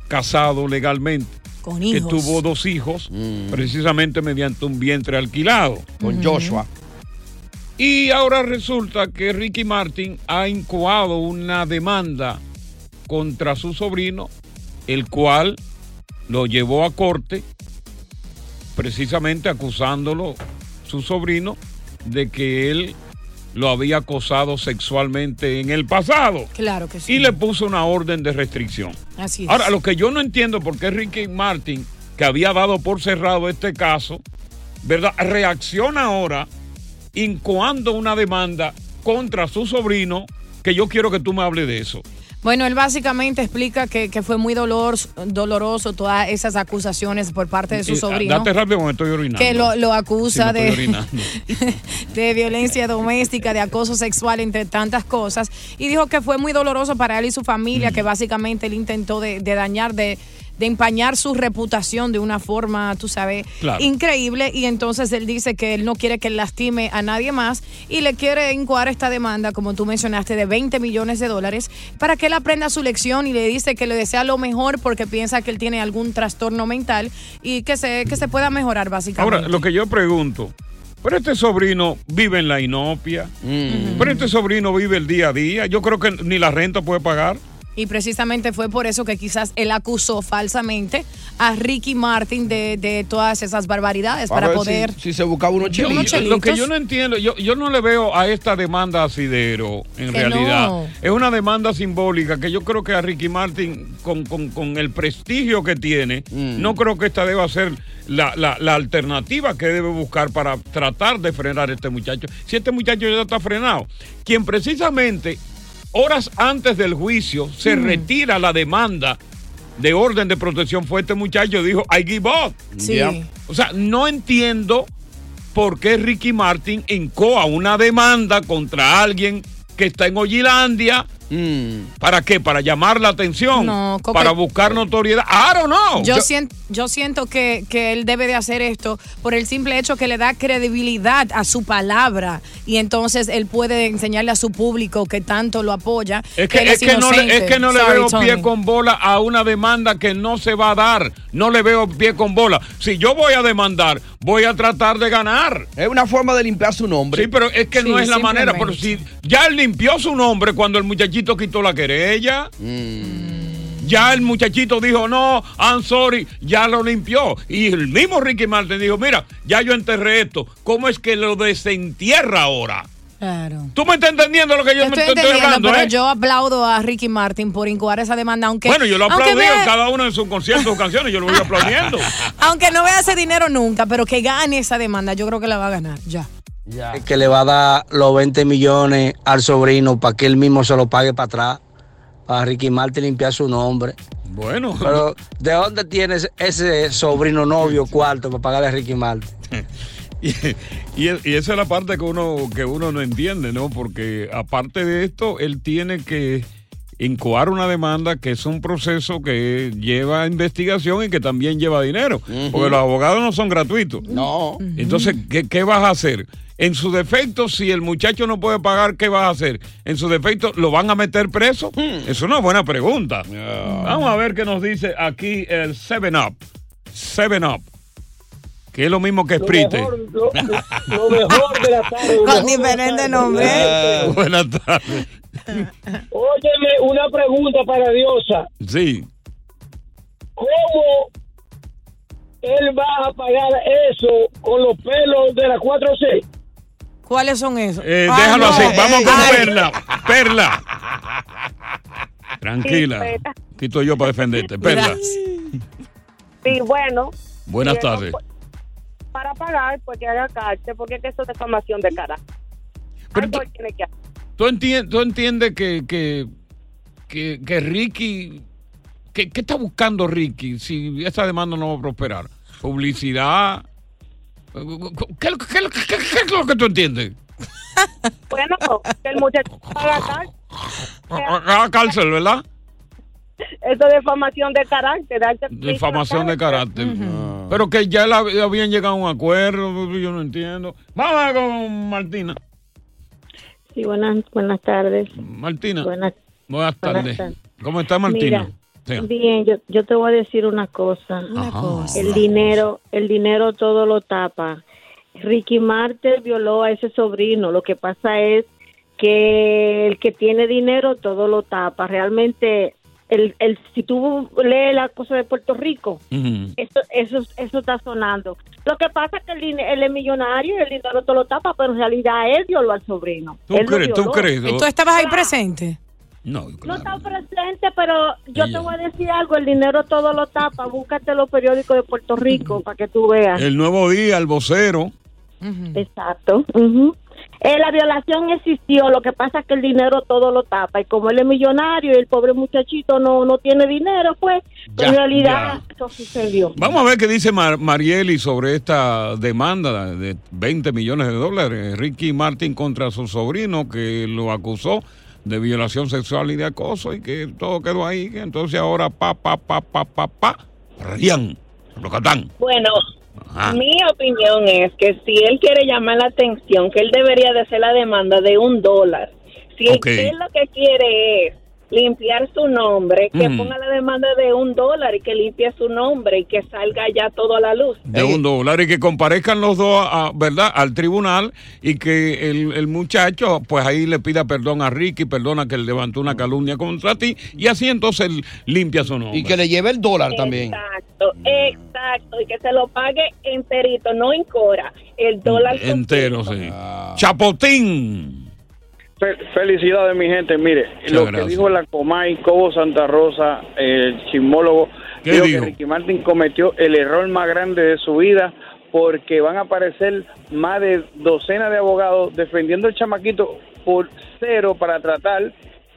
[SPEAKER 5] casado legalmente.
[SPEAKER 6] Con
[SPEAKER 5] Que
[SPEAKER 6] hijos.
[SPEAKER 5] tuvo dos hijos, precisamente mediante un vientre alquilado.
[SPEAKER 3] Mm. Con Ujú. Joshua.
[SPEAKER 5] Y ahora resulta que Ricky Martin ha incoado una demanda contra su sobrino, el cual lo llevó a corte, precisamente acusándolo su sobrino de que él lo había acosado sexualmente en el pasado.
[SPEAKER 6] Claro que sí.
[SPEAKER 5] Y le puso una orden de restricción.
[SPEAKER 6] Así es.
[SPEAKER 5] Ahora, lo que yo no entiendo por qué Ricky Martin, que había dado por cerrado este caso, ¿verdad? Reacciona ahora incoando una demanda contra su sobrino, que yo quiero que tú me hables de eso.
[SPEAKER 6] Bueno, él básicamente explica que, que fue muy dolor, doloroso todas esas acusaciones por parte de su
[SPEAKER 5] Eh,
[SPEAKER 6] sobrino.
[SPEAKER 5] Date rápido porque estoy orinando.
[SPEAKER 6] Que lo, lo acusa
[SPEAKER 5] Sí, me estoy
[SPEAKER 6] de,
[SPEAKER 5] orinando.
[SPEAKER 6] de violencia doméstica, de acoso sexual, entre tantas cosas. Y dijo que fue muy doloroso para él y su familia, que básicamente él intentó de, de dañar, de, de empañar su reputación de una forma, tú sabes,
[SPEAKER 15] Claro.
[SPEAKER 6] increíble. Y entonces él dice que él no quiere que lastime a nadie más y le quiere incoar esta demanda, como tú mencionaste, de 20 millones de dólares, para que él aprenda su lección y le dice que le desea lo mejor porque piensa que él tiene algún trastorno mental y que se, que se pueda mejorar, básicamente.
[SPEAKER 5] Ahora, lo que yo pregunto, pero este sobrino vive en la inopia, pero este sobrino vive el día a día, yo creo que ni la renta puede pagar.
[SPEAKER 6] Y precisamente fue por eso que quizás él acusó falsamente a Ricky Martin de, de todas esas barbaridades
[SPEAKER 3] A
[SPEAKER 6] para
[SPEAKER 3] ver si-
[SPEAKER 6] poder...
[SPEAKER 3] Si, se buscaba unos
[SPEAKER 5] Yo-
[SPEAKER 3] chelitos.
[SPEAKER 5] lo que yo no entiendo, yo, yo no le veo a esta demanda asidero, en
[SPEAKER 6] Que
[SPEAKER 5] realidad.
[SPEAKER 6] no.
[SPEAKER 5] Es una demanda simbólica que yo creo que a Ricky Martin, con, con- con el prestigio que tiene, no creo que esta deba ser la, la- la alternativa que debe buscar para tratar de frenar a este muchacho. Si este muchacho ya está frenado, quien precisamente horas antes del juicio se retira la demanda de orden de protección fue este muchacho, dijo, I give up.
[SPEAKER 6] Sí. Ya.
[SPEAKER 5] O sea, no entiendo por qué Ricky Martin incoa una demanda contra alguien que está en Ollilandia. ¿Para qué? Para llamar la atención.
[SPEAKER 6] No, Coco-
[SPEAKER 5] para buscar notoriedad. I don't know.
[SPEAKER 6] Yo, sien- yo siento que, que él debe de hacer esto por el simple hecho que le da credibilidad a su palabra y entonces él puede enseñarle a su público que tanto lo apoya.
[SPEAKER 5] Es que,
[SPEAKER 6] él
[SPEAKER 5] es que no le, es
[SPEAKER 6] inocente.
[SPEAKER 5] que no le
[SPEAKER 6] Sorry,
[SPEAKER 5] veo
[SPEAKER 6] Tony.
[SPEAKER 5] pie con bola a una demanda que no se va a dar. No le veo pie con bola. Si yo voy a demandar, voy a tratar de ganar.
[SPEAKER 3] Es una forma de limpiar su nombre.
[SPEAKER 5] Sí, pero es que no
[SPEAKER 3] Sí,
[SPEAKER 5] es la manera. Pero si
[SPEAKER 3] simplemente.
[SPEAKER 5] ya él limpió su nombre cuando el muchachito quitó la querella.
[SPEAKER 3] Mm.
[SPEAKER 5] Ya el muchachito dijo, no, I'm sorry, ya lo limpió. Y el mismo Ricky Martin dijo, mira, ya yo enterré esto. ¿Cómo es que lo desentierra ahora?
[SPEAKER 6] Claro.
[SPEAKER 5] ¿Tú me estás entendiendo lo que yo me
[SPEAKER 6] Estoy
[SPEAKER 5] estoy, estoy
[SPEAKER 6] entendiendo,
[SPEAKER 5] hablando?
[SPEAKER 6] pero
[SPEAKER 5] eh?
[SPEAKER 6] yo aplaudo a Ricky Martin por incoar esa demanda, aunque...
[SPEAKER 5] bueno, yo lo
[SPEAKER 6] aunque
[SPEAKER 5] aplaudí
[SPEAKER 6] vea-
[SPEAKER 5] en cada uno de sus conciertos o canciones, yo lo voy aplaudiendo.
[SPEAKER 6] Aunque no vea ese dinero nunca, pero que gane esa demanda, yo creo que la va a ganar, ya.
[SPEAKER 16] Que le va a dar los 20 millones al sobrino para que él mismo se lo pague para atrás. Para Ricky Martin limpiar su nombre.
[SPEAKER 5] Bueno.
[SPEAKER 16] Pero, ¿de dónde tienes ese sobrino novio cuarto para pagarle a Ricky Martin?
[SPEAKER 5] Y, y es- y esa es la parte que uno, que uno no entiende, ¿no? Porque aparte de esto, él tiene que incoar una demanda que es un proceso que lleva investigación y que también lleva dinero, porque los abogados no son gratuitos.
[SPEAKER 3] No.
[SPEAKER 5] Entonces, ¿qué, qué vas a hacer? En su defecto, si el muchacho no puede pagar, ¿qué vas a hacer? En su defecto, ¿lo van a meter preso?
[SPEAKER 16] Hmm.
[SPEAKER 5] Es una buena pregunta. Vamos a ver qué nos dice aquí el 7-Up. 7-Up. Que es lo mismo que Sprite.
[SPEAKER 17] Lo, lo- lo mejor de la tarde. lo mejor de la tarde.
[SPEAKER 5] Buenas tardes.
[SPEAKER 17] Óyeme, una pregunta para Diosa.
[SPEAKER 5] Sí.
[SPEAKER 17] ¿Cómo él va a pagar eso con los pelos de la 4C?
[SPEAKER 6] ¿Cuáles son esos?
[SPEAKER 5] Eh,
[SPEAKER 6] Ah,
[SPEAKER 5] déjalo
[SPEAKER 6] no.
[SPEAKER 5] así. Vamos con
[SPEAKER 6] Ay.
[SPEAKER 5] Perla. Perla. Tranquila. Aquí estoy yo para defenderte. Perla.
[SPEAKER 18] Sí, bueno,
[SPEAKER 5] Buenas
[SPEAKER 18] Bien,
[SPEAKER 5] tardes.
[SPEAKER 18] para pagar, pues que haga cárcel, porque es que eso es difamación de cara. Algo tiene que hacer.
[SPEAKER 5] ¿Tú, entien- tú entiendes que, que, que, que Ricky... ¿Qué qué está buscando Ricky si esta demanda no va a prosperar? ¿Publicidad? ¿Qué, es lo que- qué es lo que- qué- qué es lo que tú entiendes?
[SPEAKER 18] Bueno, que el muchacho haga cárcel,
[SPEAKER 5] Ah, cárcel, ¿verdad?
[SPEAKER 18] eso es difamación de carácter. darte piso en la
[SPEAKER 5] Difamación de
[SPEAKER 18] cara.
[SPEAKER 5] carácter. Pero que ya la- habían llegado a un acuerdo, yo no entiendo. Vamos con Martina.
[SPEAKER 19] Sí, buenas, buenas tardes.
[SPEAKER 5] Martina.
[SPEAKER 19] Buenas,
[SPEAKER 5] Buenas tardes.
[SPEAKER 19] Buenas tardes.
[SPEAKER 5] ¿Cómo está Martina? Sí.
[SPEAKER 19] Bien, yo, yo te voy a decir una cosa.
[SPEAKER 5] Ajá. cosa.
[SPEAKER 19] El dinero, el dinero todo lo tapa. Ricky Martin violó a ese sobrino. Lo que pasa es que el que tiene dinero todo lo tapa. Realmente, el, el, si tú lees la cosa de Puerto Rico,
[SPEAKER 6] eh,
[SPEAKER 19] eso, eso, eso está sonando. Lo que pasa es que él, él es millonario y el dinero todo lo tapa, pero en realidad él violó al sobrino.
[SPEAKER 5] ¿Tú
[SPEAKER 19] Él lo
[SPEAKER 5] crees? ¿Tú
[SPEAKER 19] violó.
[SPEAKER 5] crees?
[SPEAKER 19] Entonces,
[SPEAKER 6] ¿Tú estabas ahí presente?
[SPEAKER 5] No.
[SPEAKER 19] No está presente, pero yo
[SPEAKER 5] Ella.
[SPEAKER 19] te voy a decir algo, el dinero todo lo tapa, búscate los periódicos de Puerto Rico para que tú veas.
[SPEAKER 5] El nuevo día, el vocero.
[SPEAKER 19] Exacto. ujú. Eh, la violación existió, lo que pasa es que el dinero todo lo tapa y como él es millonario y el pobre muchachito no no tiene dinero, pues
[SPEAKER 5] Ya,
[SPEAKER 19] en realidad
[SPEAKER 5] ya.
[SPEAKER 19] eso sucedió.
[SPEAKER 5] Vamos a ver qué dice Mar- Marieli sobre esta demanda de 20 millones de dólares. Ricky Martin contra su sobrino que lo acusó de violación sexual y de acoso y que todo quedó ahí. que Entonces ahora pa, pa, pa, pa, pa, pa, Rian, Rocatán.
[SPEAKER 20] Bueno,
[SPEAKER 5] Ajá.
[SPEAKER 20] mi opinión es que si él quiere llamar la atención, que él debería de hacer la demanda de un dólar. Si
[SPEAKER 5] Ok.
[SPEAKER 20] él lo que quiere es limpiar su nombre, que
[SPEAKER 5] Mm.
[SPEAKER 20] ponga la demanda de un dólar y que limpie su nombre y que salga ya todo a la luz.
[SPEAKER 5] de
[SPEAKER 3] eh.
[SPEAKER 5] un dólar y que comparezcan los dos, a- ¿verdad?, al tribunal y que el, el muchacho, pues ahí le pida perdón a Ricky, perdona que él levantó una calumnia contra ti y así entonces él limpia su nombre. Y que
[SPEAKER 3] le lleve el dólar también.
[SPEAKER 20] Exacto, exacto, y que se lo pague enterito, no en cora, el dólar.
[SPEAKER 5] Entero, sí. Chapotín.
[SPEAKER 21] Fe- Felicidades, mi gente. Mire,
[SPEAKER 5] Muchas
[SPEAKER 21] lo
[SPEAKER 5] gracias.
[SPEAKER 21] que dijo la Comay Cobo Santa Rosa, el chismólogo,
[SPEAKER 5] ¿Qué
[SPEAKER 21] dijo
[SPEAKER 5] dijo?
[SPEAKER 21] que Ricky Martin cometió el error más grande de su vida porque van a aparecer más de docenas de abogados defendiendo al chamaquito por cero para tratar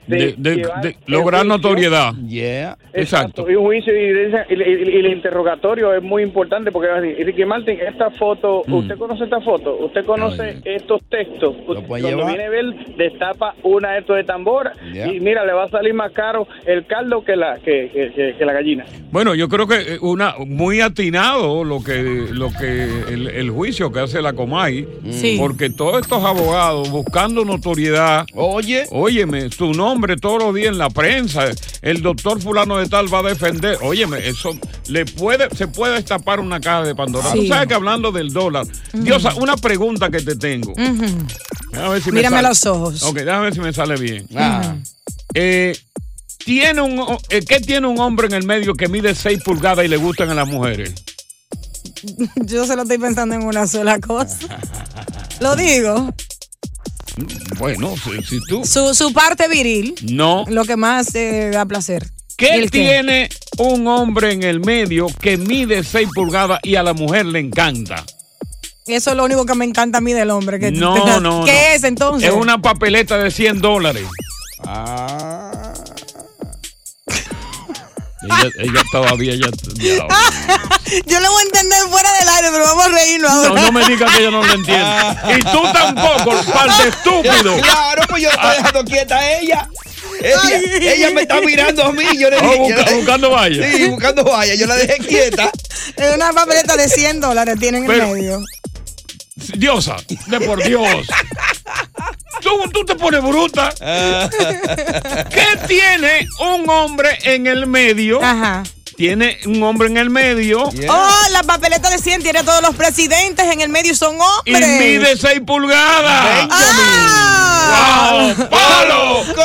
[SPEAKER 5] De,
[SPEAKER 21] de,
[SPEAKER 5] de-
[SPEAKER 21] llevar
[SPEAKER 5] de lograr
[SPEAKER 21] el juicio.
[SPEAKER 5] notoriedad. Exacto.
[SPEAKER 21] Exacto. Y un juicio y, y- y- y el interrogatorio es muy importante porque va a decir, Ricky Martin, esta foto,
[SPEAKER 5] Mm.
[SPEAKER 21] ¿usted conoce esta foto? ¿Usted conoce estos textos? Usted,
[SPEAKER 3] puede
[SPEAKER 21] cuando
[SPEAKER 3] llevar?
[SPEAKER 21] viene a ver, destapa una de estos de tambora
[SPEAKER 5] Ya.
[SPEAKER 21] y mira, le va a salir más caro el caldo que la, que, que- que- que la gallina.
[SPEAKER 5] Bueno, yo creo que eh, una muy atinado lo que lo que el, el juicio que hace la Comay,
[SPEAKER 4] Sí.
[SPEAKER 5] porque todos estos abogados buscando notoriedad.
[SPEAKER 3] Oye,
[SPEAKER 5] óyeme, tu nombre todos los días en la prensa, el doctor fulano de tal va a defender. Óyeme, eso le puede se puede destapar una caja de Pandora.
[SPEAKER 6] Sí.
[SPEAKER 5] Tú sabes que hablando del dólar, Diosa, una pregunta que te tengo.
[SPEAKER 6] Ujú.
[SPEAKER 5] Déjame ver si me
[SPEAKER 6] Mírame
[SPEAKER 5] sale.
[SPEAKER 6] los ojos.
[SPEAKER 5] Ok, déjame ver si me sale bien. Ah. Eh, ¿tiene un, ho- eh, ¿Qué tiene un hombre en el medio que mide 6 pulgadas y le gustan a las mujeres?
[SPEAKER 6] Yo solo estoy pensando en una sola cosa. Lo digo.
[SPEAKER 5] Mm, Bueno, si, si tú.
[SPEAKER 6] Su, su parte viril,
[SPEAKER 5] No.
[SPEAKER 6] lo que más eh, da placer.
[SPEAKER 5] ¿Qué
[SPEAKER 6] ¿El qué?
[SPEAKER 5] tiene un hombre en el medio que mide 6 pulgadas y a la mujer le encanta?
[SPEAKER 6] Eso es lo único que me encanta a mí del hombre. Que
[SPEAKER 5] No, no,
[SPEAKER 6] ¿Qué
[SPEAKER 5] no.
[SPEAKER 6] es entonces?
[SPEAKER 5] Es una papeleta de 100 dólares. Ella, ella todavía ya. ya-
[SPEAKER 6] Yo lo voy a entender fuera del aire, pero vamos a reírnos
[SPEAKER 5] No,
[SPEAKER 6] ahora.
[SPEAKER 5] no me digas que yo no lo entiendo. Y tú tampoco, par de estúpido. Ah,
[SPEAKER 3] Claro, pues yo estoy dejando quieta a ella. Ella,
[SPEAKER 5] Ay.
[SPEAKER 3] ella me está mirando a mí. Yo le
[SPEAKER 5] Oh,
[SPEAKER 3] dije,
[SPEAKER 5] busca- buscando valla.
[SPEAKER 3] Sí, buscando valla. Yo la dejé quieta.
[SPEAKER 6] Es una papeleta de 100 dólares, tienen en
[SPEAKER 5] Pero-
[SPEAKER 6] el medio.
[SPEAKER 5] Diosa, de por Dios. Tú, tú te pones bruta.
[SPEAKER 3] Ah.
[SPEAKER 5] ¿Qué tiene un hombre en el medio? Tiene un hombre en el medio.
[SPEAKER 6] Oh, la papeleta de 100 tiene todos los presidentes en el medio y son
[SPEAKER 5] Y
[SPEAKER 6] hombres.
[SPEAKER 5] mide 6 pulgadas. ¡Wow! ¡Palo!
[SPEAKER 6] ¡Con